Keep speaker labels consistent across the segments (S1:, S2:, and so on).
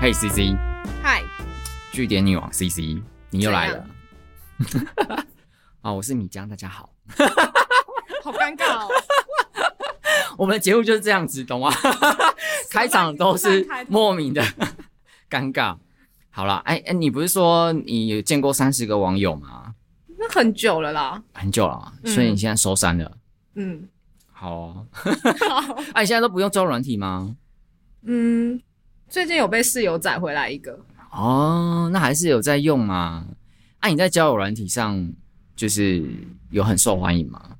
S1: 嘿、c c
S2: 嗨，
S1: 据点女王 CC，你又来
S2: 怎
S1: 了
S2: 样。
S1: 啊，我是米江，大家好。
S2: 好尴尬哦。
S1: 我们的节目就是这样子，懂吗？开场都是莫名的 尴尬。好了，哎哎，你不是说你有见过三十个网友吗？
S2: 那很久了啦，
S1: 很久了啊，
S2: 嗯
S1: 所以你现在收山了。
S2: 嗯，
S1: 好、哦， 哎、你现在都不用交友软体吗？
S2: 嗯，最近有被室友载回来一个，
S1: 哦，那还是有在用嘛？哎、你在交友软体上就是有很受欢迎吗？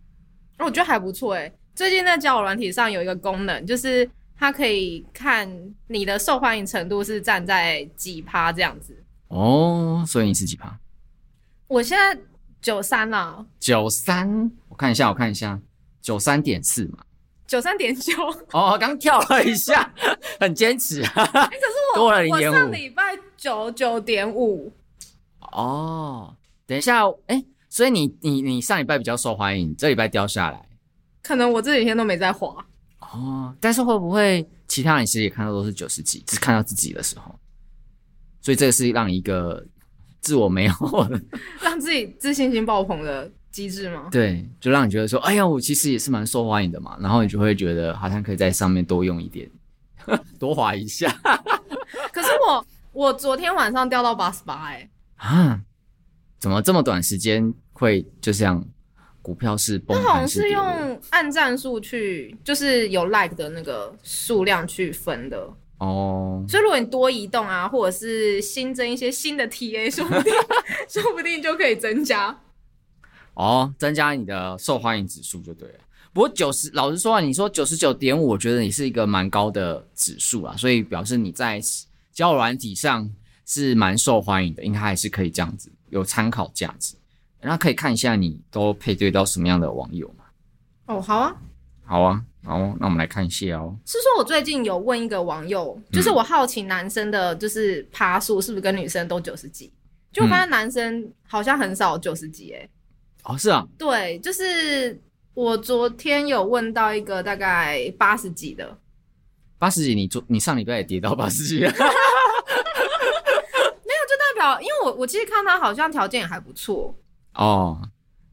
S2: 我觉得还不错哎、最近在交友软体上有一个功能，就是它可以看你的受欢迎程度是站在几趴这样子。
S1: 哦，所以你是几趴？
S2: 我现在九三啦，
S1: 九三，我看一下，我看一下，九三点四嘛。
S2: 九三点九，可
S1: 哦，刚跳了一下， 很坚持啊。
S2: 哎是我
S1: 多了0.5
S2: 我上礼拜九九点五，
S1: 哦，等一下，哎、所以你你你上礼拜比较受欢迎，这礼拜掉下来。
S2: 可能我这几天都没在滑。
S1: 哦，但是会不会其他人其实也看到都是九十几，只看到自己的时候，所以这是让一个自我没有的，
S2: 让自己自信心爆棚的机制吗？
S1: 对，就让你觉得说，哎呀，我其实也是蛮受欢迎的嘛，然后你就会觉得好像可以在上面多用一点， 多滑一下
S2: 可是我我昨天晚上掉到八十八哎，
S1: 啊，怎么这么短时间会就像股票是崩
S2: 它好
S1: 盘
S2: 像
S1: 式
S2: 是
S1: 跌落
S2: 用按战术去，就是有 like 的那个数量去分的。
S1: 哦，
S2: 所以如果你多移动啊，或者是新增一些新的 TA，说 不定说不定就可以增加。
S1: 哦，增加你的受欢迎指数就对了。不过九十，老实说啊，你说九十九点五，我觉得你是一个蛮高的指数啊，所以表示你在交友软体上是蛮受欢迎的，应该还是可以这样子有参考价值。那可以看一下你都配对到什么样的网友嘛？
S2: 哦，好啊，
S1: 好啊，好哦，那我们来看一下哦。
S2: 是说我最近有问一个网友，就是我好奇男生的，就是趴数是不是跟女生都九十几？就我发现男生好像很少九十几哎、
S1: 哦，是啊，
S2: 对，就是我昨天有问到一个大概八十几的，
S1: 八十几，你昨你上礼拜也跌到八十几了，
S2: 代表因为我我其实看他好像条件也还不错，
S1: 哦，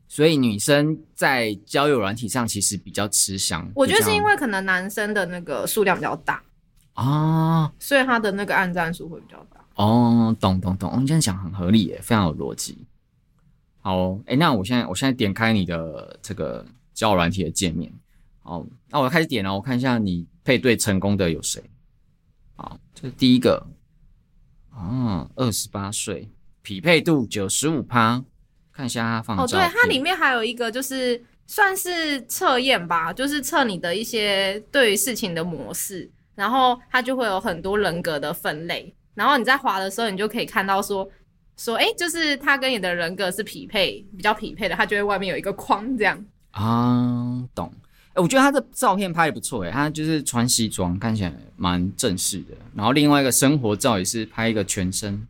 S1: 所以女生在交友软体上其实比较吃香。
S2: 我觉得
S1: 比较
S2: 是因为可能男生的那个数量比较大，
S1: 啊、
S2: 所以他的那个按赞数会比较大。
S1: 哦，懂懂懂，哦，你这样讲很合理耶，非常有逻辑。好、哦，哎，那我现在我现在点开你的这个交友软体的界面，好，那我开始点了，我看一下你配对成功的有谁。好，这是第一个，啊，二十八岁，匹配度九十五趴，看一下他放的
S2: 哦，
S1: 照
S2: 对
S1: 片。，
S2: 它里面还有一个就是算是测验吧，就是测你的一些对于事情的模式，然后它就会有很多人格的分类，然后你在滑的时候，你就可以看到说。说哎，诶就是他跟你的人格是匹配，比较匹配的，他就会外面有一个框这样。
S1: 啊，懂。哎、我觉得他的照片拍的不错，哎，他就是穿西装，看起来蛮正式的。然后另外一个生活照也是拍一个全身，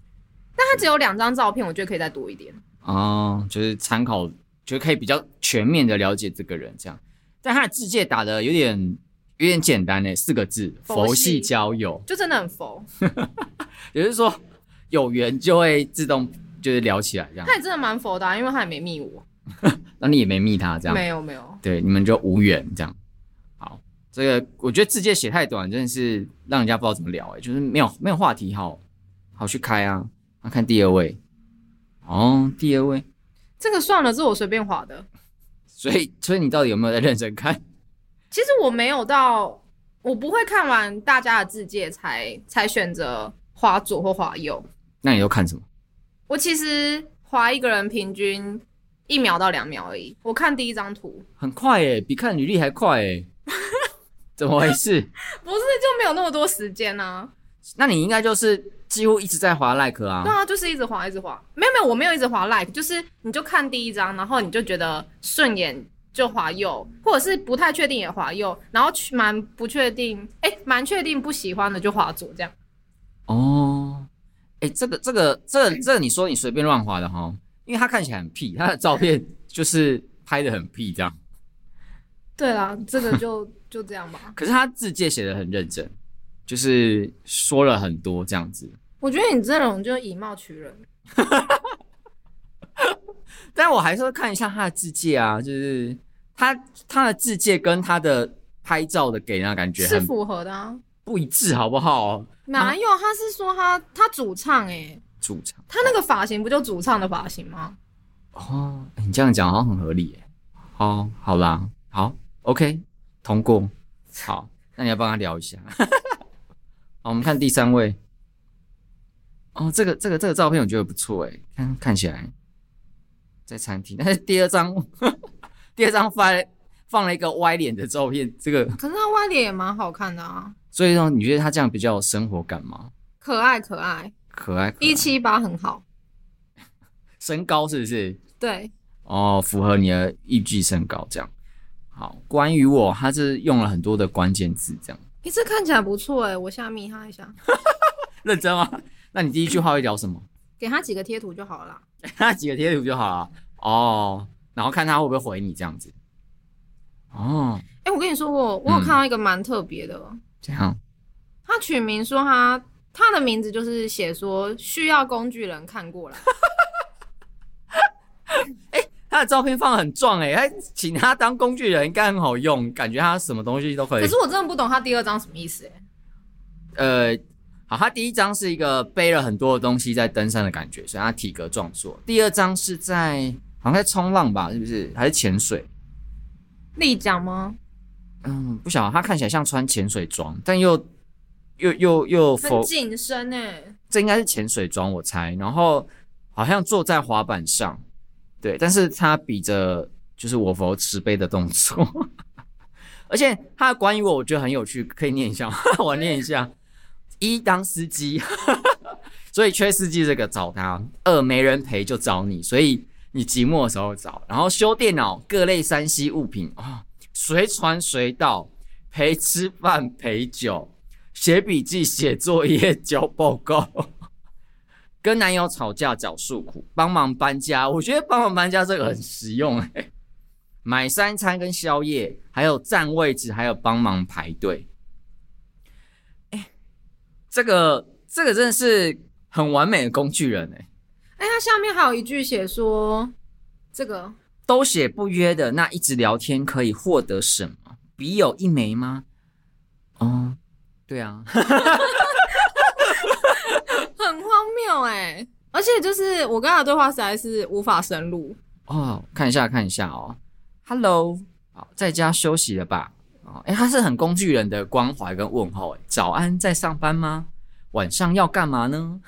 S2: 他只有两张照片，我觉得可以再多一点。
S1: 哦，就是参考，就可以比较全面的了解这个人这样。但他的字界打的有点有点简单诶，四个字“
S2: 佛系
S1: 佛系交友
S2: 就真的很佛，”，
S1: 也就是说有缘就会自动就是聊起来这样
S2: 他。也真的蛮佛的、啊，因为他也没密我，
S1: 那你也没密他这样，
S2: 没有没有，
S1: 对，你们就无缘这样。好，这个我觉得字界写太短，真的是让人家不知道怎么聊诶，欸就是没有没有话题好好去开啊。那看第二位，哦，第二位，
S2: 这个算了，是我随便划的。
S1: 所以所以你到底有没有在认真看？
S2: 其实我没有到，我不会看完大家的字界才才选择划左或划右。
S1: 那你都看什么？
S2: 我其实划一个人平均一秒到两秒而已。我看第一张图，
S1: 欸很快耶，比看履历还快耶。欸怎么回事？
S2: 不是就没有那么多时间啊？
S1: 那你应该就是几乎一直在滑 like 啊
S2: 对。啊，就是一直滑，一直滑。没有没有，我没有一直滑 like，就是你就看第一张，然后你就觉得顺眼就滑右，或者是不太确定也滑右，然后去蛮不确定，哎、蛮确定不喜欢的就滑左这样。
S1: 哦，哎、这个这个这个、这个你说你随便乱滑的哈，因为他看起来很屁，他的照片就是拍的很屁这样。
S2: 对啦，这个就就这样吧。
S1: 可是他字界写的很认真，就是说了很多这样子。
S2: 我觉得你这种就以貌取人，
S1: 但我还是会看一下他的字界啊，就是他他的字界跟他的拍照的给人的感觉
S2: 是
S1: 很
S2: 符合的啊。
S1: 不一致，好不好？
S2: 哪有？啊他是说他他主唱哎、
S1: 主场
S2: 他那个发型不就主唱的发型吗？
S1: 哦，你这样讲好像很合理耶。哦，好啦，好，OK，通过。好，那你要帮他聊一下。 好，我们看第三位。哦，这个这个这个照片我觉得不错哎，看看起来在餐厅，但是第二张 第二张发放了一个歪脸的照片，这个
S2: 可是他歪脸也蛮好看的啊，
S1: 所以说你觉得他这样比较有生活感吗？
S2: 可爱可爱，
S1: 可爱可爱
S2: 一七八很好。
S1: 身高是不是？
S2: 对，
S1: 哦，符合你的预计身高这样。好，关于我，他是用了很多的关键字这样，
S2: 你这看起来不错哎、我下密他一下，
S1: 认真吗？ 那你第一句话会聊什么？
S2: 给他几个贴图就好了啦。
S1: 那几个贴图就好了。哦，然后看他会不会回你这样子。哦，
S2: 哎、我跟你说，我我有
S1: 嗯
S2: 看到一个蛮特别的，
S1: 这样
S2: 他取名说他他的名字就是写说需要工具人看过来，
S1: 他的照片放得很壮哎、欸，他请他当工具人应该很好用，感觉他什么东西都可以。
S2: 可是我真的不懂他第二张什么意思哎、
S1: 呃，好，他第一张是一个背了很多的东西在登山的感觉，所以他体格壮硕。第二张是在好像在冲浪吧，是不是？还是潜水？
S2: 丽江吗？
S1: 嗯，不晓得，他看起来像穿潜水装，但又又又又
S2: 很
S1: 否，
S2: 紧身哎、
S1: 这应该是潜水装我猜。然后好像坐在滑板上，对，但是他比着就是我佛慈悲的动作， 而且他的关于我，我觉得很有趣，可以念一下吗， 我念一下：一当司机， 所以缺司机这个找他；二没人陪就找你，所以你寂寞的时候找；然后修电脑，各类山西物品啊、随传随到，陪吃饭陪酒，写笔记写作业交报告。 跟男友吵架找诉苦，帮忙搬家，我觉得帮忙搬家这个很实用哎、买三餐跟宵夜，还有占位置，还有帮忙排队。哎、欸这个这个真的是很完美的工具人哎、
S2: 哎、他下面还有一句写说这个
S1: 都写不约的，那一直聊天可以获得什么？笔友一枚吗？哦，对啊，
S2: 很荒谬哎、而且就是我跟他的对话实在是无法深入，
S1: 哦，看一下看一下哦，Hello，好，在家休息了吧？哦，哎，他是很工具人的关怀跟问候，哎，早安，在上班吗？晚上要干嘛呢？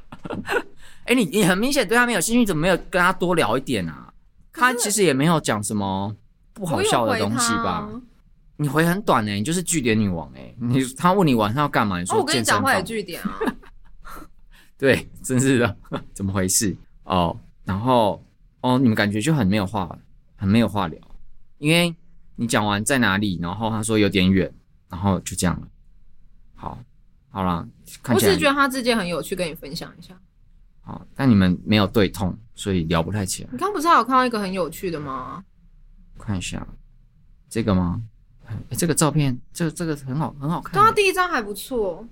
S1: 哎，你你很明显对他没有兴趣，怎么没有跟他多聊一点啊？他其实也没有讲什么不好
S2: 我有
S1: 笑的
S2: 回
S1: 东西
S2: 他
S1: 吧
S2: 啊？
S1: 你回很短呢、你就是据点女王哎、你他问你晚上要干嘛？你
S2: 哦，
S1: 说
S2: 我跟你
S1: 健身
S2: 讲
S1: 房。
S2: 话也据点啊，
S1: 对，真是的， 怎么回事？哦，然后哦，你们感觉就很没有话，很没有话聊，因为你讲完在哪里，然后他说有点远，然后就这样了。好，好啦， 看
S2: 我
S1: 起
S2: 只
S1: 来
S2: 是觉得他这件很有趣，跟你分享一下。
S1: 好，但你们没有对痛，所以聊不太起来。
S2: 你刚不是还有看到一个很有趣 的吗？
S1: 看一下这个吗？诶这个照片，这个这个很好，很好看
S2: 对啊，
S1: 耶。
S2: 第一张还不错，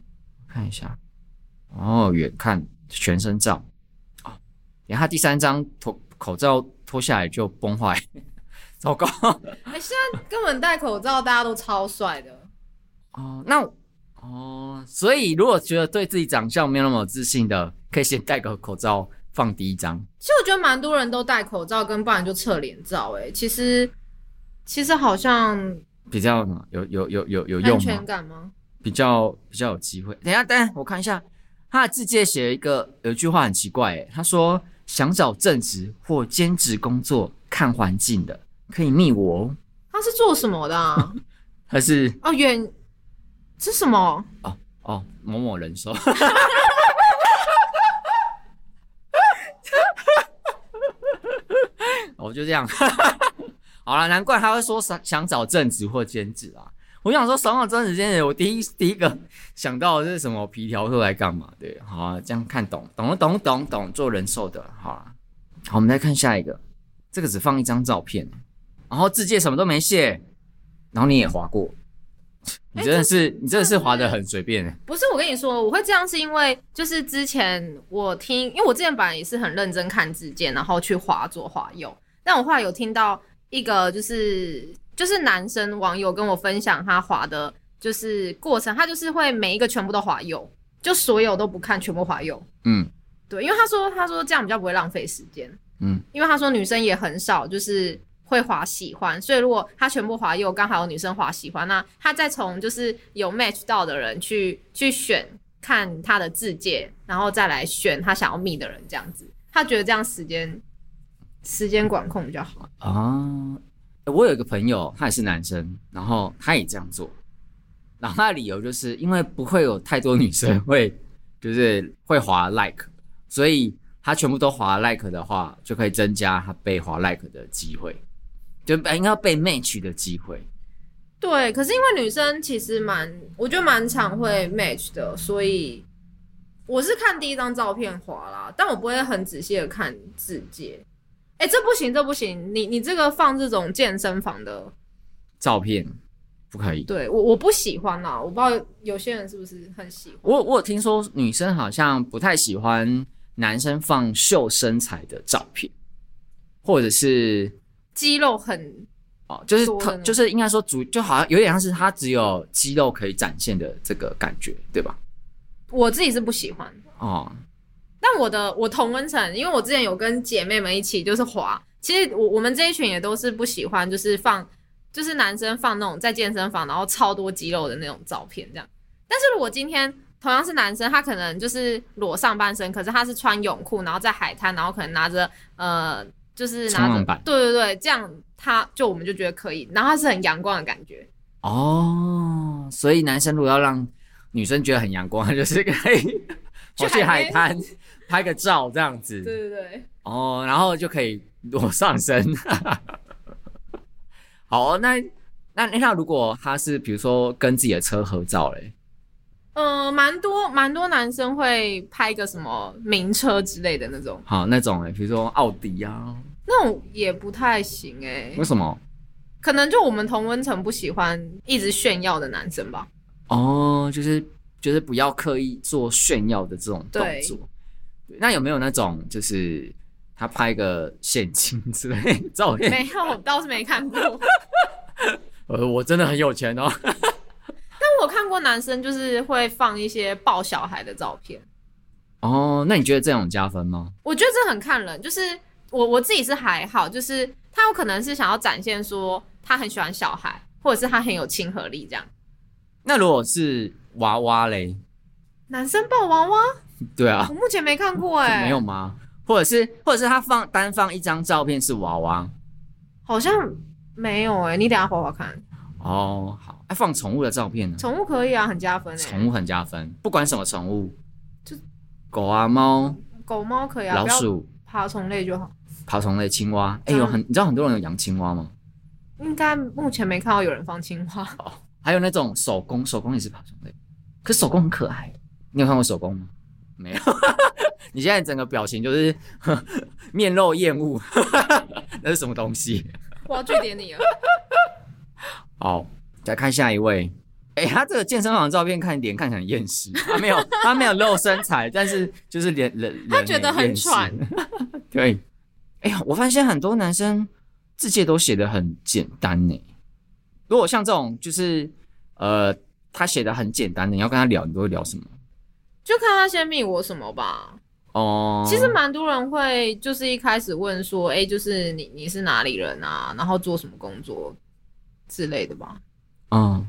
S1: 看一下，哦，远看全身照，哦，然后他第三张脱口罩脱下来就崩坏， 糟糕，
S2: 哎、现在根本戴口罩，大家都超帅的。
S1: 哦，那我哦，所以如果觉得对自己长相没有那么有自信的，可以先戴个口罩放第一张，
S2: 其实我觉得蛮多人都戴口罩，跟不然就侧脸罩、哎，其实其实好像
S1: 比较有有有有有
S2: 安
S1: 用吗
S2: 全？感吗？
S1: 比较比较有机会。等一下，等一下，我看一下他的字界写了一个有一句话很奇怪，诶，他说想找正职或兼职工作，看环境的，可以密我哦。
S2: 他是做什么的、啊？
S1: 它是
S2: 哦，远是什么？
S1: 哦某某人寿， 哦就这样， 好了，难怪他会说想想找正职或兼职啊。我想说想找正职兼职，我第一第一个想到的是什么皮条客来干嘛？对，好啊，这样看懂懂了懂懂懂，做人寿的，好了，好，我们再看下一个，这个只放一张照片，然后字界什么都没写，然后你也划过。你真的是，你真的是划的很随便、欸。
S2: 不是我跟你说，我会这样是因为就是之前我听，因为我之前本来也是很认真看字典，然后去划左划右，但我后来有听到一个就是就是男生网友跟我分享他划的，就是过程，他就是会每一个全部都划右，就所有都不看，全部划右。
S1: 嗯
S2: 对，因为他说他说这样比较不会浪费时间，
S1: 嗯，
S2: 因为他说女生也很少就是会滑喜欢，所以如果他全部滑右，刚好有女生滑喜欢，那他再从就是有 match 到的人去去选看他的字界，然后再来选他想要密的人这样子，他觉得这样时间时间管控比较好。
S1: 啊，欸我有一个朋友，他也是男生，然后他也这样做，然后他的理由就是因为不会有太多女生会就是 会划 like，所以他全部都划 like 的话，就可以增加他被划 like 的机会，就呃应该要被 match 的机会。
S2: 对，可是因为女生其实蛮，我觉得蛮常会 match 的，所以我是看第一张照片滑啦，但我不会很仔细的看字界。哎、这不行，这不行，你你这个放这种健身房的，
S1: 照片不可以。
S2: 对我我不喜欢啦，我不知道有些人是不是很喜欢。
S1: 我我有听说女生好像不太喜欢男生放秀身材的照片，或者是
S2: 肌肉很
S1: 哦，就是
S2: 多
S1: 特
S2: 的呢
S1: 就是应该说主就好像有点像是他只有肌肉可以展现的这个感觉，对吧？
S2: 我自己是不喜欢，
S1: 哦，
S2: 但我的我同温层，因为我之前有跟姐妹们一起就是滑，其实我我们这一群也都是不喜欢，就是放就是男生放那种在健身房然后超多肌肉的那种照片这样。但是如果今天同样是男生，他可能就是裸上半身，可是他是穿泳裤，然后在海滩，然后可能拿着呃就是
S1: 冲
S2: 拿
S1: 浪
S2: 着
S1: 板
S2: 对对对，这样他就我们就觉得可以，然后他是很阳光的感觉。
S1: 哦，所以男生如果要让女生觉得很阳光，就是可以 跑去海滩拍个照这样子，
S2: 对对对，
S1: 哦，然后就可以裸上身。 好，那那那如果他是比如说跟自己的车合照哎嘞，
S2: 嗯、蛮多蛮多男生会拍个什么名车之类的那种。
S1: 好那种嘞，哎比如说奥迪啊，
S2: 那种也不太行哎、
S1: 为什么？
S2: 可能就我们同温层不喜欢一直炫耀的男生 吧。
S1: 哦，就是就是不要刻意做炫耀的这种动
S2: 对
S1: 作。对那有没有那种就是他拍个现金之类的照片？
S2: 没 有，我倒是没看过，
S1: 呃，我真的很有钱哦。
S2: 但我看过男生就是会放一些抱小孩的照片。
S1: 哦，那你觉得这种加分吗？
S2: 我觉得这很看人，就是我我自己是还好，就是他有可能是想要展现说他很喜欢小孩，或者是他很有亲和力这样。
S1: 那如果是娃娃嘞？
S2: 男生抱娃娃，
S1: 对啊
S2: 我，目前没看过哎、
S1: 没有，吗？或者是或者是他放单放一张照片是娃娃？
S2: 好像没有哎、你等一下划划看，
S1: 哦，好，那、放宠物的照片呢？
S2: 宠物可以啊，很加分哎、
S1: 宠物很加分，不管什么宠物，
S2: 就
S1: 狗啊、猫、
S2: 狗猫可以啊，
S1: 老
S2: 不要
S1: 鼠、
S2: 爬虫类就好。
S1: 爬虫类、青蛙。哎、
S2: 嗯
S1: 有很，你知道很多人有养青蛙吗？
S2: 应该嗯目前没看到有人放青蛙，
S1: 还有那种手工，手工也是爬虫类，可手工很可爱。你有看过手工吗？没有。 你现在整个表情就是 面露厌恶， 那是什么东西？
S2: 我要据点你了。
S1: 好，再看下一位。哎、他这个健身房的照片看脸看起来很厌 世，他没有他没有露身材，但是就是脸脸
S2: 他觉得很。
S1: 脸厌世 对，哎呀，我发现很多男生字界都写的很简单呢。如果像这种就是呃，他写的很简单的，你要跟他聊，你都会聊什么？
S2: 就看他先密我什么吧。
S1: 哦、
S2: 其实蛮多人会就是一开始问说，哎、就是你你是哪里人啊？然后做什么工作之类的吧。
S1: 嗯，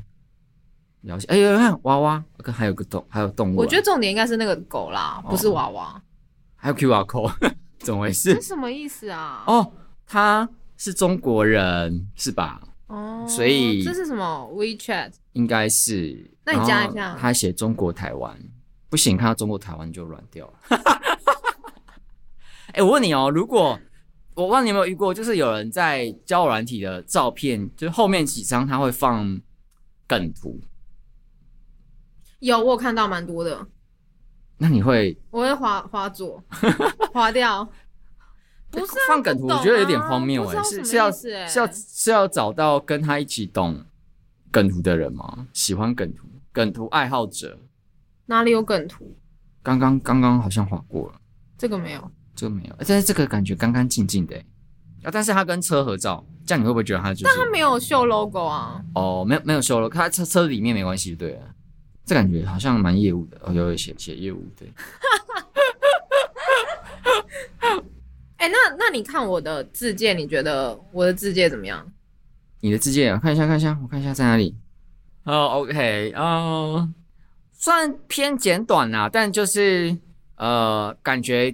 S1: 了解。哎、呦，看娃娃，跟还有个动，还有动物啊、
S2: 我觉得重点应该是那个狗啦，
S1: 哦
S2: 不是娃娃。
S1: 还有 QR code，怎么回事 哦
S2: 这？什么意思啊？
S1: 哦，他是中国人是吧？
S2: 哦，
S1: 所以
S2: 这是什么 WeChat？
S1: 应该是。
S2: 那你加一下
S1: 然后他写中国台湾，不行，看到中国台湾就软掉了。 哎、我问你哦，如果我忘你有没有遇过，就是有人在交友软体的照片，就是后面几张他会放梗图，
S2: 有我有看到蛮多的，
S1: 那你会
S2: 我会滑滑 左，滑掉。不是啊
S1: 放梗图？
S2: 不懂啊
S1: 我觉得有点荒谬
S2: 不知
S1: 哎、
S2: 道
S1: 是是
S2: 什么
S1: 要
S2: 意思欸
S1: 是要是要找到跟他一起懂梗图的人吗？喜欢梗图，梗图爱好者。
S2: 哪里有梗图？
S1: 刚刚刚刚好像划过了，
S2: 这个没有，
S1: 这个没有，但是这个感觉干干净净的、欸。啊，但是他跟车合照，这样你会不会觉得他就是？
S2: 他没有秀 logo 啊。
S1: 哦，没有没有修了，他车车里面没关系，对了。这感觉好像蛮业务的，哦，有有写写业务，对。
S2: 哎、那那你看我的字界，你觉得我的字界怎么样？
S1: 你的字界，我看一下，看一下，我看一下在哪里。哦、o k 哦、算偏简短啦、但就是呃，感觉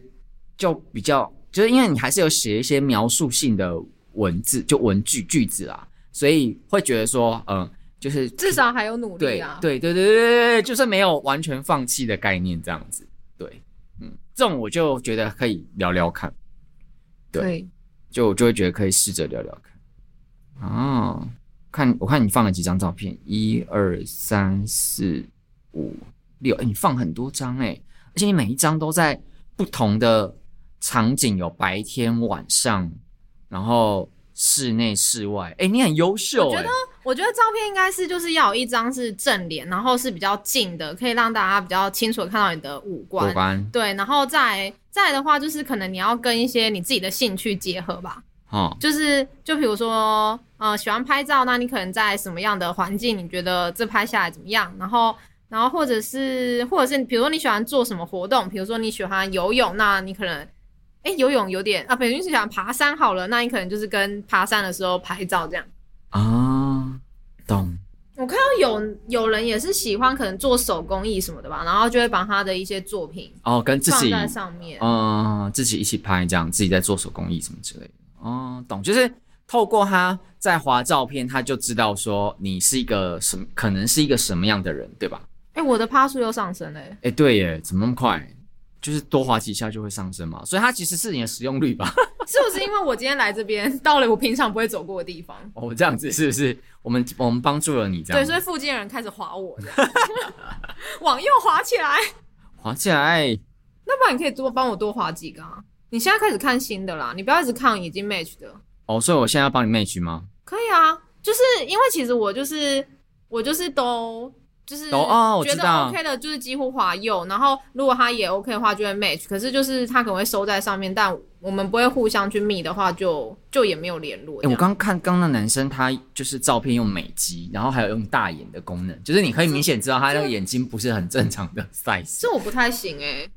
S1: 就比较，就是因为你还是有写一些描述性的文字，就文句句子啦，所以会觉得说，嗯、就是
S2: 至少还有努力啊。
S1: 对对对对对对，就是没有完全放弃的概念这样子。对，嗯，这种我就觉得可以聊聊看，对
S2: 可以
S1: 就我就会觉得可以试着聊聊看。哦，看我看你放了几张照片，一二三四五六，哎，你放很多张哎、而且你每一张都在不同的场景，有白天、晚上，然后室内、室外。哎、你很优秀、
S2: 我
S1: 哎。
S2: 觉得我觉得照片应该是就是要有一张是正脸，然后是比较近的，可以让大家比较清楚地看到你的五官。
S1: 过关
S2: 对，然后再再来的话，就是可能你要跟一些你自己的兴趣结合吧。
S1: 哦，
S2: 就是就比如说，呃，喜欢拍照，那你可能在什么样的环境，你觉得这拍下来怎么样？然后，然后或者是或者是，比如说你喜欢做什么活动，比如说你喜欢游泳，那你可能，哎、游泳有点啊，比如你喜欢爬山好了，那你可能就是跟爬山的时候拍照这样。
S1: 啊，懂。
S2: 我看到有有人也是喜欢可能做手工艺什么的吧，然后就会把他的一些作品
S1: 哦，跟自
S2: 放
S1: 己，
S2: 在上面。
S1: 嗯、自己一起拍这样，自己在做手工艺什么之类的。哦，懂，就是透过他在划照片，他就知道说你是一个什么，可能是一个什么样的人，对吧？
S2: 哎、我的趴数又上升了欸耶、
S1: 哎，对耶，怎么那么快？就是多划几下就会上升嘛，所以它其实是你的使用率吧？
S2: 是不是因为我今天来这边，到了我平常不会走过的地方？
S1: 哦，这样子是不是？我们我们帮助了你这样，
S2: 对，所以附近的人开始划我，这样 往右划起来。
S1: 划起来。
S2: 那不然你可以多帮我多划几个啊！你现在开始看新的啦，你不要一直看已经 match 的。
S1: 哦，所以我现在要帮你 match 吗？
S2: 可以啊，就是因为其实我就是我就是都就是
S1: 都哦我
S2: 觉
S1: 知
S2: 得
S1: 道
S2: OK 的，就是几乎划右，然后如果他也 OK 的话就会 match，可是就是他可能会收在上面，但我们不会互相去密的话就，就也没有联络
S1: 哎、
S2: 这样。
S1: 我刚看刚那男生，他就是照片用美肌，然后还有用大眼的功能，就是你可以明显知道他那个眼睛不是很正常的 size。
S2: 这我不太行哎、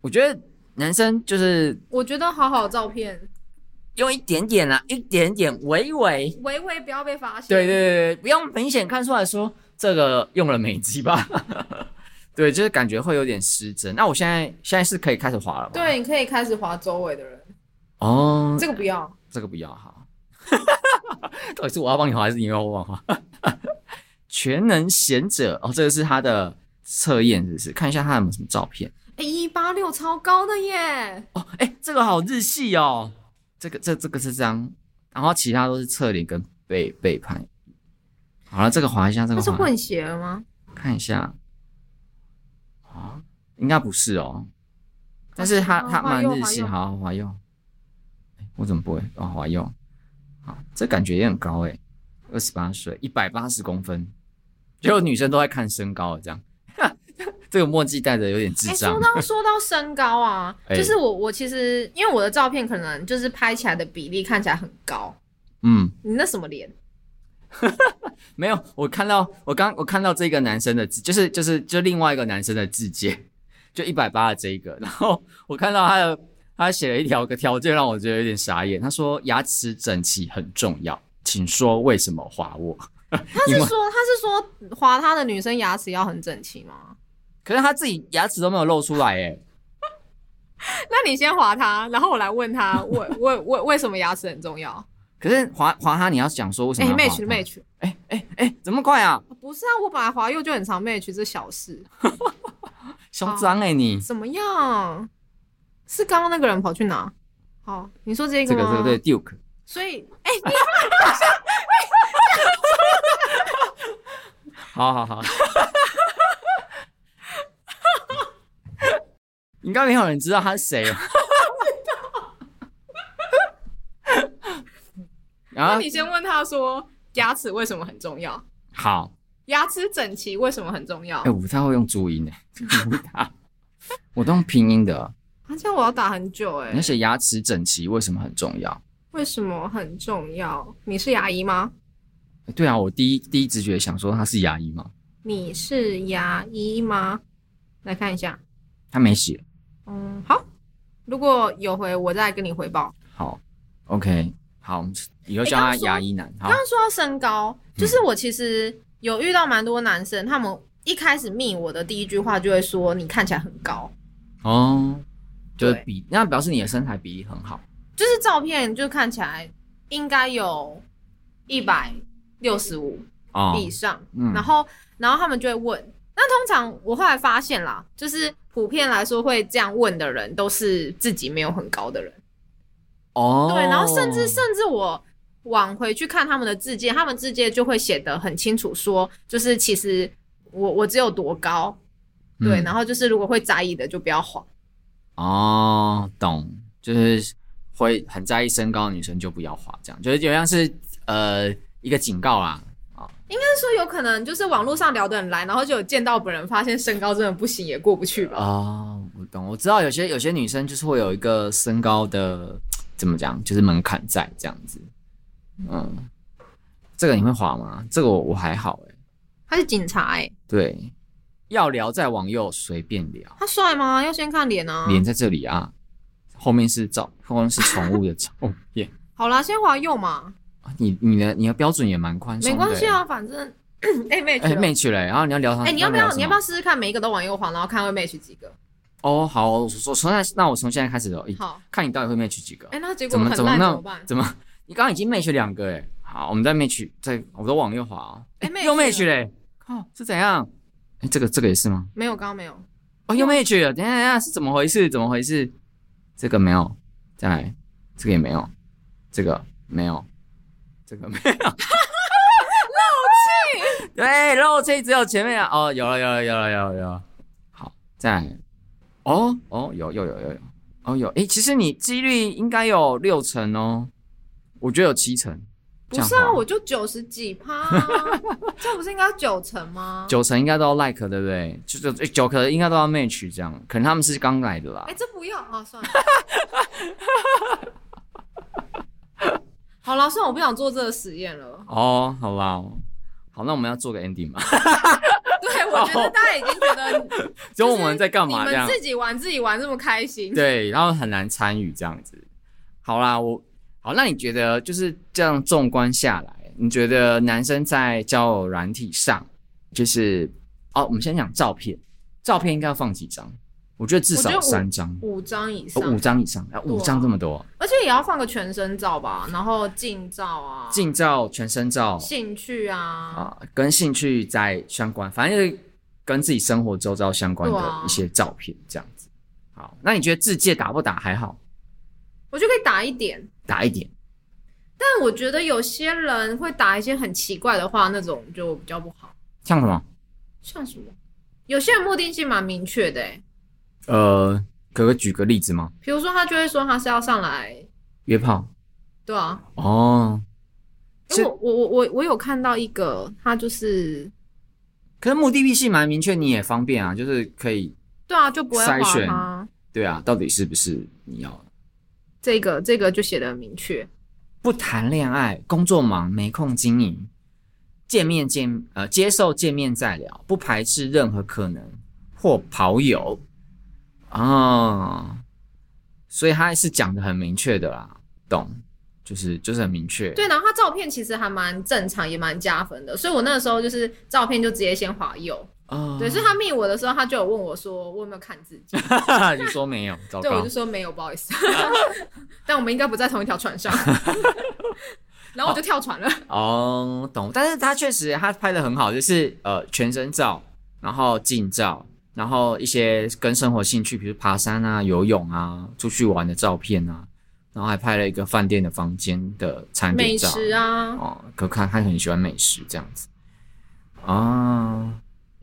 S1: 我觉得男生就是
S2: 我觉得好好的照片，
S1: 用一点点啊，一点点微微，
S2: 微微不要被发现。
S1: 对对对对，不用明显看出来说这个用了美肌吧。 对，就是感觉会有点失真。那我现在现在是可以开始滑了吗？，
S2: 对，你可以开始划周围的人，
S1: 哦，这
S2: 这个不要。
S1: 这个不要哈。 到底是我要帮你滑，还是你要我帮你滑？ 全能贤者哦，这个是他的测验，是不是？看一下他有没有什么照片
S2: 哎，一八六超高的耶！
S1: 哦。哎、这个好日系哦。这个这这个是这样，然后其他都是侧脸跟背背叛。好了，这个滑一下，这
S2: 它
S1: 个
S2: 是
S1: 滑
S2: 混血了吗？
S1: 看一下。啊，应该不是哦。但是他
S2: 滑
S1: 他
S2: 滑
S1: 蛮
S2: 哦右
S1: 日
S2: 滑
S1: 系，
S2: 右
S1: 好华右。哎我怎么不会？哦，华右。好，这感觉也很高哎，二十八岁，一百八十公分，就女生都在看身高了这样。 这个墨镜戴的有点智
S2: 哎，
S1: 障
S2: 说。到 说到身高啊，
S1: 哎
S2: 就是我我其实因为我的照片可能就是拍起来的比例看起来很高，
S1: 嗯，
S2: 你那什么脸？
S1: 没有，我看到我刚我看到这个男生的字，就是就是就另外一个男生的字节，就一百八的这一个， 然后我看到他的他写了一条个条件，让我觉得有点傻眼。他说牙齿整齐很重要，请说为什么划我？
S2: 他是说他是说划他的女生牙齿要很整齐吗？
S1: 可是他自己牙齿都没有露出来哎，
S2: 那你先划他，然后我来问他，我我我为什么牙齿很重要？
S1: 可是滑滑它，你要想说为什
S2: 哎
S1: 么要滑它？
S2: ，match match，
S1: 哎哎哎，怎么快啊？
S2: 不是啊，我本来滑右就很常 match，这小事。
S1: 嚣张哎你！
S2: 怎么样？是刚刚那个人跑去哪？好，你说这
S1: 这
S2: 个
S1: 个
S2: 吗？
S1: 这个对 Duke，
S2: 所以，哎、你
S1: 好好 好。应该没有人知道他是谁 吧？然
S2: 那
S1: 后
S2: 你先问他说，牙齿为什么很重要？
S1: 好，
S2: 牙齿整齐为什么很重要？
S1: 哎、我不太会用注音哎，我不打我都用拼音的。
S2: 啊，这样我要打很久哎、
S1: 你要写牙齿整齐为什么很重要？
S2: 为什么很重要？你是牙医吗？
S1: 哎对啊，我第一第一直觉想说他是牙医嘛，
S2: 你是牙医吗？来看一下，
S1: 他没写。
S2: 嗯，好，如果有回我再跟你回报。
S1: 好，OK，好，以后叫
S2: 哎
S1: 他
S2: 刚说
S1: 牙医男。好嗯
S2: 刚，刚说到身高，就是我其实有遇到蛮多男生，他们一开始密我的第一句话就会说你看起来很高，
S1: 哦，就是
S2: 对
S1: 比那表示你的身材比例很好。
S2: 就是照片就看起来应该有一百六十五
S1: 哦，
S2: 以上，
S1: 嗯
S2: 然后然后他们就会问。那通常我后来发现啦，就是普遍来说会这样问的人，都是自己没有很高的人。
S1: 哦，
S2: 对，然后甚至甚至我往回去看他们的字界，他们字界就会写得很清楚说就是其实我我只有多高，对，
S1: 嗯
S2: 然后就是如果会在意的就不要滑，
S1: 哦，懂，就是会很在意身高的女生就不要滑，这样就是有点像是呃一个警告啦。
S2: 但是说有可能就是网络上聊得很来，然后就有见到本人，发现身高真的不行，也过不去吧。
S1: 哦，我懂，我知道有些有些女生就是会有一个身高的怎么讲，就是门槛在这样子。嗯，这个你会滑吗？这个我我还好哎、
S2: 他是警察哎、
S1: 对，要聊再往右随便聊，
S2: 他帅吗？要先看脸啊。
S1: 脸在这里啊，后面是照，后面是宠物的照片。
S2: 好啦，先滑右嘛，
S1: 啊你你的你的标准也蛮宽松
S2: 没
S1: 的、欸
S2: 关系啊，反正哎 match
S1: 哎、
S2: 了。
S1: match 嘞、然后你要聊他，
S2: 哎、你要不要？你要不
S1: 要
S2: 要？试试看，每一个都往右滑，然后看会 match 几个？
S1: 哦，好，我我从现在，那我从现在开始哦聊，一
S2: 好，
S1: 看你到底会 match 几个
S2: 哎、？那结果
S1: 怎么
S2: 很
S1: 怎么
S2: 烂怎
S1: 那
S2: 么办？
S1: 怎么？你刚刚已经 match 两个哎、好，我们再 match，再我都往右滑啊、
S2: 哎、
S1: 又
S2: match
S1: match
S2: 了
S1: 嘞、靠，是怎样？哎、这个这个也是吗？
S2: 没有，刚刚没有。
S1: 哦，又 match 了，等一下等一下是怎么回事？怎么回事？这个没有，再来，这个也没有，这个没有，这个没有，漏气， 对，漏气只有前面啊，哦，有了有了有了有了有了，好，再来，哦哦有有有有有，哦有，诶、其实你几率应该有六成哦，我觉得有七成，
S2: 不是
S1: 这样
S2: 啊，
S1: 好
S2: 我就九十几趴啊，这不是应该九成吗？
S1: 九啊成应该都要 like 对不对？就就诶九可应该都要 match 这样，可能他们是刚来的啦
S2: 哎、。这不要啊，算 了。好了，算了，我不想做这个实验了。
S1: 哦，好啦，好，那我们要做个 ending 嘛？
S2: 对，我觉得大家已经 觉得，
S1: 就
S2: 就是
S1: 哦我们在干嘛
S2: 你
S1: 这样
S2: 们？自己玩自己玩这么开心，
S1: 对，然后很难参与这样子。好啦，我好，那你觉得就是这样纵观下来，你觉得男生在交友软体上，就是哦，我们先讲照片，照片应该要放几张？我觉得至
S2: 我觉
S1: 少
S2: 得五
S1: 三张，
S2: 五张以上，
S1: 哦五张以上，啊，五张这么 多，
S2: 而且也要放个全身照吧，然后近照啊，
S1: 近照、全身照
S2: 兴趣啊，
S1: 啊，跟兴趣在相关，反正就是跟自己生活周遭相关
S2: 对
S1: 的
S2: 啊
S1: 一些照片这样子。好，那你觉得自介打不打还好？
S2: 我就可以打一点。
S1: 打一点
S2: 但我觉得有些人会打一些很奇怪的话，那种就比较不好。
S1: 像什么？
S2: 像什么？有些人目的性蛮明确的、欸，
S1: 呃，可可举个例子吗？
S2: 比如说他就会说他是要上来，
S1: 约炮
S2: 对啊。
S1: 哦，
S2: 因
S1: 是
S2: 为我我我我我有看到一个，他就是
S1: 可是目的地性蛮明确，你也方便啊，就是可以
S2: 对啊，就不会划
S1: 筛选
S2: 他。
S1: 对啊，到底是不是你要的
S2: 这个这个就写的很明确，
S1: 不谈恋爱，工作忙没空经营，见面见呃接受见面再聊，不排斥任何可能或跑友啊、所以他是讲的很明确的啦，懂？就是就是很明确，
S2: 对，然后他照片其实还蛮正常，也蛮加分的，所以我那个时候就是照片就直接先划右，
S1: 啊，
S2: 对，所以他密我的时候，他就有问我说我有没有看自己，
S1: 你说没有，糟
S2: 对我
S1: 糕
S2: 就，说没有，不好意思，但我们应该不在同一条船上。 然后我就跳船了。
S1: 哦，懂。但是他确实他拍的很好，就是呃全身照，然后近照，然后一些跟生活兴趣，比如爬山啊、游泳啊、出去玩的照片啊，然后还拍了一个饭店的房间的餐点
S2: 美
S1: 照。
S2: 食啊，
S1: 哦，可看他很喜欢美食这样子啊。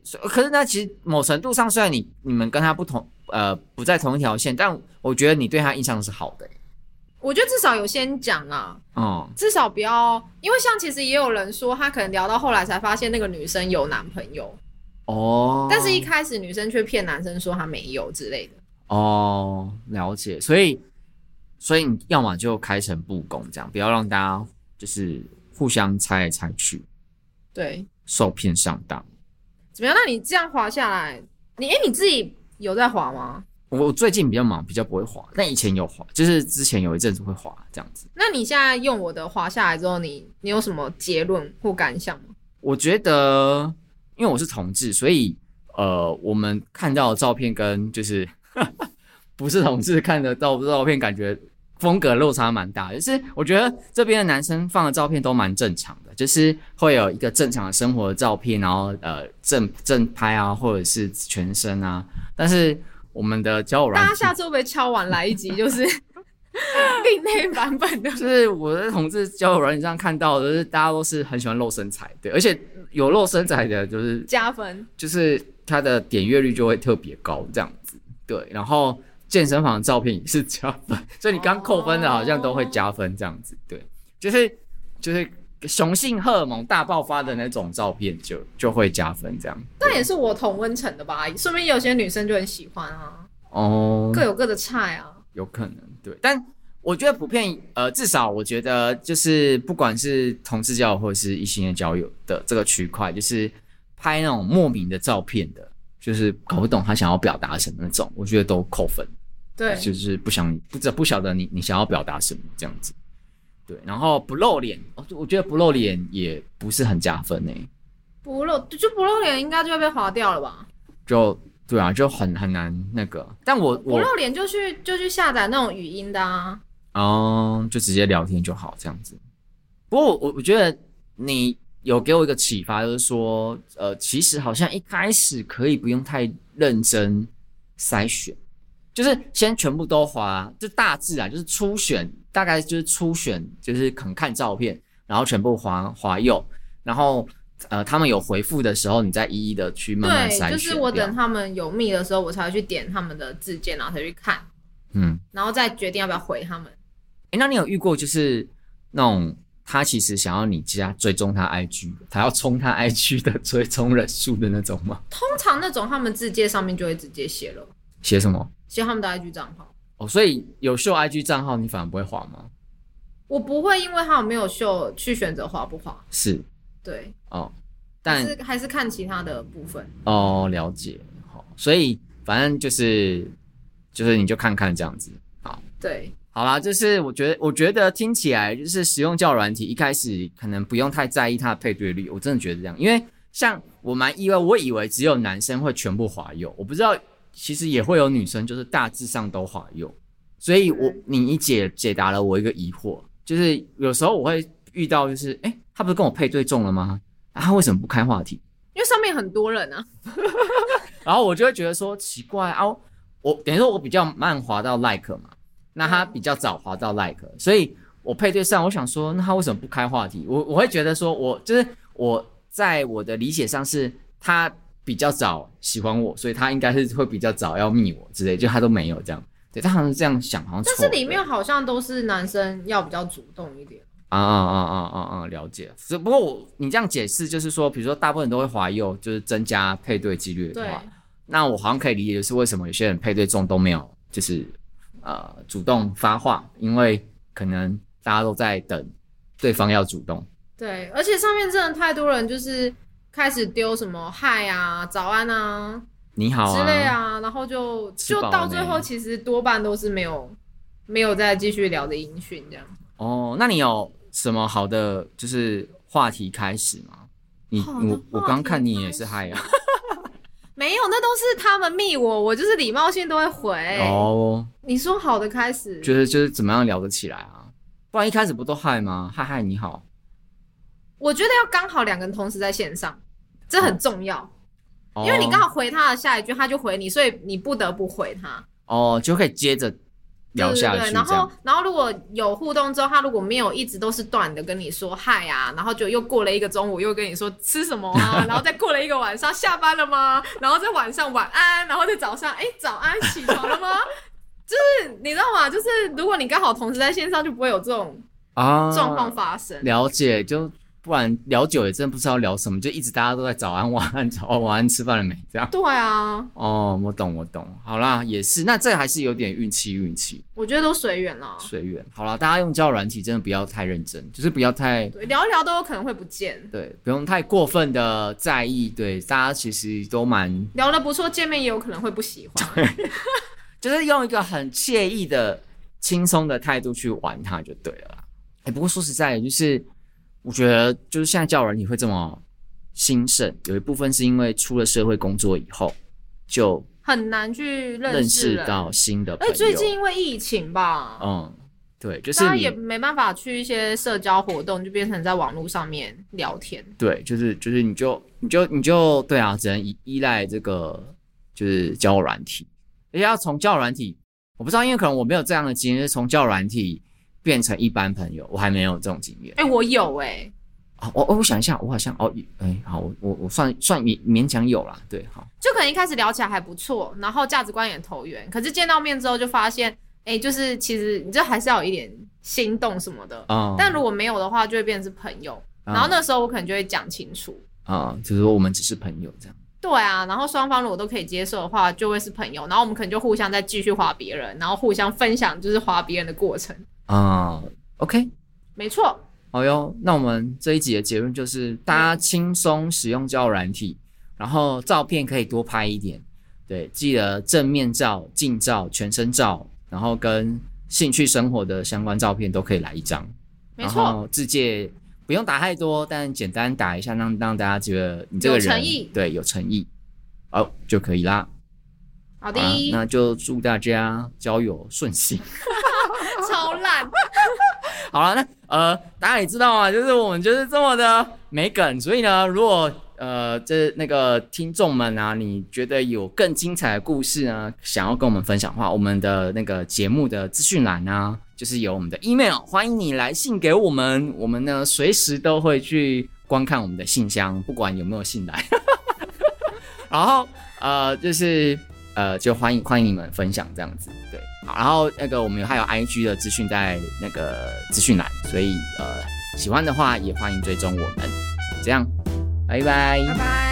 S1: 所可是那其实某程度上，虽然你你们跟他不同，呃，不在同一条线，但我觉得你对他印象是好的、欸。
S2: 我觉得至少有先讲啊，
S1: 哦、
S2: 至少不要，因为像其实也有人说，他可能聊到后来才发现那个女生有男朋友，
S1: 哦，
S2: 但是一开始女生却骗男生说她没有之类的。
S1: 哦，了解。所以，所以你要么就开诚布公，这样不要让大家就是互相猜来猜去，
S2: 对，
S1: 受骗上当。
S2: 怎么样？那你这样滑下来，你哎、你自己有在滑吗？
S1: 我我最近比较忙，比较不会滑，但以前有滑，就是之前有一阵子会滑这样子。
S2: 那你现在用我的滑下来之后，你你有什么结论或感想吗？
S1: 我觉得，因为我是同志，所以呃，我们看到的照片跟就是 不是同志看得到的照片，感觉风格落差蛮大的。就是我觉得这边的男生放的照片都蛮正常的，就是会有一个正常的生活的照片，然后呃正正拍啊，或者是全身啊。但是我们的交友软
S2: 大家
S1: 体
S2: 下次会不会敲完来一集就是 另类版本的？
S1: 就是我在同志交友软件上看到的，就是大家都是很喜欢露身材，对，而且有露身材的，就是
S2: 加分，
S1: 就是它的点阅率就会特别高，这样子。对，然后健身房的照片也是加分，所以你刚扣分的好像都会加分这样子。对，就是就是雄性荷尔蒙大爆发的那种照片就就会加分这样。
S2: 但也是我同温层的吧，说明有些女生就很喜欢啊，
S1: 哦，
S2: 各有各的菜啊。
S1: 有可能对，但我觉得普遍呃，至少我觉得就是不管是同志交友或者是异性恋交友的这个区块，就是拍那种莫名的照片的，就是搞不懂他想要表达什么那种，我觉得都扣分。
S2: 对，
S1: 就是不想不知不晓得你你想要表达什么这样子。对，然后不露脸，哦我觉得不露脸也不是很加分呢、欸
S2: 不露就就不露脸，应该就会被划掉了吧？
S1: 就对啊，就很很难那个。但我
S2: 不
S1: 我
S2: 露脸就去就去下载那种语音的啊。
S1: 哦，就直接聊天就好这样子。不过我我我觉得你有给我一个启发，就是说，呃，其实好像一开始可以不用太认真筛选，就是先全部都划，就大致啊，就是初选，大概就是初选，就是肯看照片，然后全部划划右，然后呃，他们有回复的时候，你再一一的去慢慢筛选
S2: 对，就是我
S1: 掉
S2: 等他们有密的时候，我才会去点他们的字件，然后才去看，
S1: 嗯，
S2: 然后再决定要不要回他们。
S1: 哎、那你有遇过就是那种他其实想要你加追踪他 IG，他要冲他 IG 的追踪人数的那种吗？
S2: 通常那种他们字界上面就会直接写了，
S1: 写什么？
S2: 写他们的 IG 账号。
S1: 哦，所以有秀 IG 账号，你反而不会滑吗？
S2: 我不会因为他有没有秀去选择划不划，
S1: 是
S2: 对，
S1: 哦，
S2: 还
S1: 但
S2: 是还是看其他的部分。
S1: 哦了解，好、所以反正就是就是你就看看这样子，好。
S2: 对，
S1: 好啦，就是我觉得，我觉得听起来就是使用教软体，一开始可能不用太在意它的配对率，我真的觉得这样，因为像我蛮意外，我以为只有男生会全部滑右，我不知道其实也会有女生，就是大致上都滑右，所以我你一解解答了我一个疑惑，就是有时候我会遇到，就是诶，他不是跟我配对中了吗？啊，他为什么不开话题？
S2: 因为上面很多人啊，
S1: 然后我就会觉得说奇怪啊，我等于说我比较慢滑到 like 嘛，那他比较早滑到 like，所以我配对上，我想说，那他为什么不开话题？我我会觉得说我就是我在我的理解上是他比较早喜欢我，所以他应该是会比较早要密我之类，就他都没有这样。对他好像是这样想，好像
S2: 但
S1: 错了
S2: 是里面好像都是男生要比较主动一点。
S1: 啊啊啊啊啊啊！了解。只不过我你这样解释，就是说，比如说大部分人都会滑右，就是增加配对几率的
S2: 对
S1: 话，那我好像可以理解，就是为什么有些人配对中都没有，就是呃主动发话，因为可能大家都在等对方要主动。
S2: 对，而且上面真的太多人，就是开始丢什么嗨啊、早安啊，
S1: 你好啊，
S2: 之类啊，然后就
S1: 吃饱
S2: 就
S1: 了
S2: 到
S1: 没
S2: 最后，其实多半都是没有没有再继续聊的音讯这样。
S1: 哦，那你有什么好的就是话题开始吗？你
S2: 好的
S1: 我我
S2: 话
S1: 刚
S2: 题
S1: 看你也
S2: 开
S1: 是嗨啊，
S2: 没有，那都是他们密我，我就是礼貌性都会回。
S1: 哦，
S2: 你说好的开始，
S1: 就是就是怎么样聊得起来啊？不然一开始不都嗨吗？嗨嗨你好，
S2: 我觉得要刚好两个人同时在线上，这很重要，
S1: 哦
S2: 因为你刚好回他的下一句，他就回你，所以你不得不回他。
S1: 哦就可以接着聊下去
S2: 对对对，
S1: 这样。
S2: 然后然后如果有互动之后，他如果没有一直都是断的跟你说嗨啊，然后就又过了一个中午，又跟你说吃什么 啊，然后再过了一个晚上下班了吗？然后再晚上晚安，然后再早上哎早安起床了吗？ 就是你知道吗？就是如果你刚好同时在线上，就不会有这种
S1: 啊
S2: 状况发生。
S1: 了解，就不然聊久也真的不知道聊什么，就一直大家都在早安、晚安、早安、晚安，吃饭了没这样。
S2: 对啊，
S1: 哦，我懂，我懂。好啦，也是，那这还是有点运气，运气
S2: 我觉得都随缘了，
S1: 随缘。好啦，大家用交友软体真的不要太认真，就是不要太
S2: 对，聊一聊都有可能会不见，
S1: 对，不用太过分的在意。对，大家其实都蛮，
S2: 聊得不错，见面也有可能会不喜欢。
S1: 就是用一个很惬意的、轻松的态度去玩它就对了啦。哎、不过说实在的，就是我觉得，就是现在教人你会这么兴盛，有一部分是因为出了社会工作以后，就
S2: 很难去
S1: 认
S2: 认
S1: 识
S2: 人
S1: 到新的朋
S2: 哎、
S1: 友。
S2: 最近因为疫情吧，
S1: 嗯，对，就是
S2: 大家
S1: 你
S2: 也没办法去一些社交活动，就变成在网络上面聊天。
S1: 对，就是就是你就你就你就对啊，只能依依赖这个就是交友软体，而且要从交友软体，我不知道，因为可能我没有这样的经验，就是从交友软体变成一般朋友，我还没有这种经验。
S2: 哎、我有哎、
S1: 哦，我我我想一下，我好像哦，哎，好，我我我算算勉勉强有啦，对，好，
S2: 就可能一开始聊起来还不错，然后价值观也投缘，可是见到面之后就发现，哎、就是其实你这还是要有一点心动什么的。
S1: 嗯，
S2: 但如果没有的话，就会变成是朋友。然后
S1: 呢，
S2: 那时候我可能就会讲清楚。
S1: 啊、就是说我们只是朋友这样，
S2: 对啊，然后双方如果都可以接受的话，就会是朋友。然后我们可能就互相再继续划别人，然后互相分享就是划别人的过程。
S1: 啊、o k
S2: 没错，
S1: 好哟，那我们这一集的结论就是，大家轻松使用交友软体，然后照片可以多拍一点，对，记得正面照、近照、全身照，然后跟兴趣生活的相关照片都可以来一张，
S2: 没
S1: 然
S2: 错，
S1: 后自介不用打太多，但简单打一下，让让大家觉得你这个人
S2: 有诚意
S1: 对，有诚意，哦就可以啦。
S2: 好
S1: 好
S2: 的，
S1: 啦那就祝大家交友顺心。
S2: 超烂。
S1: 好了，那呃，大家也知道啊，就是我们就是这么的没梗，所以呢，如果呃，这那个听众们啊，你觉得有更精彩的故事呢，想要跟我们分享的话，我们的那个节目的资讯栏啊，就是有我们的 email，欢迎你来信给我们，我们呢随时都会去观看我们的信箱，不管有没有信来。 然后呃，就是呃，就欢迎欢迎你们分享这样子，对，好，然后那个我们有还有 IG 的资讯在那个资讯栏，所以呃，喜欢的话也欢迎追踪我们，这样，拜拜
S2: 拜。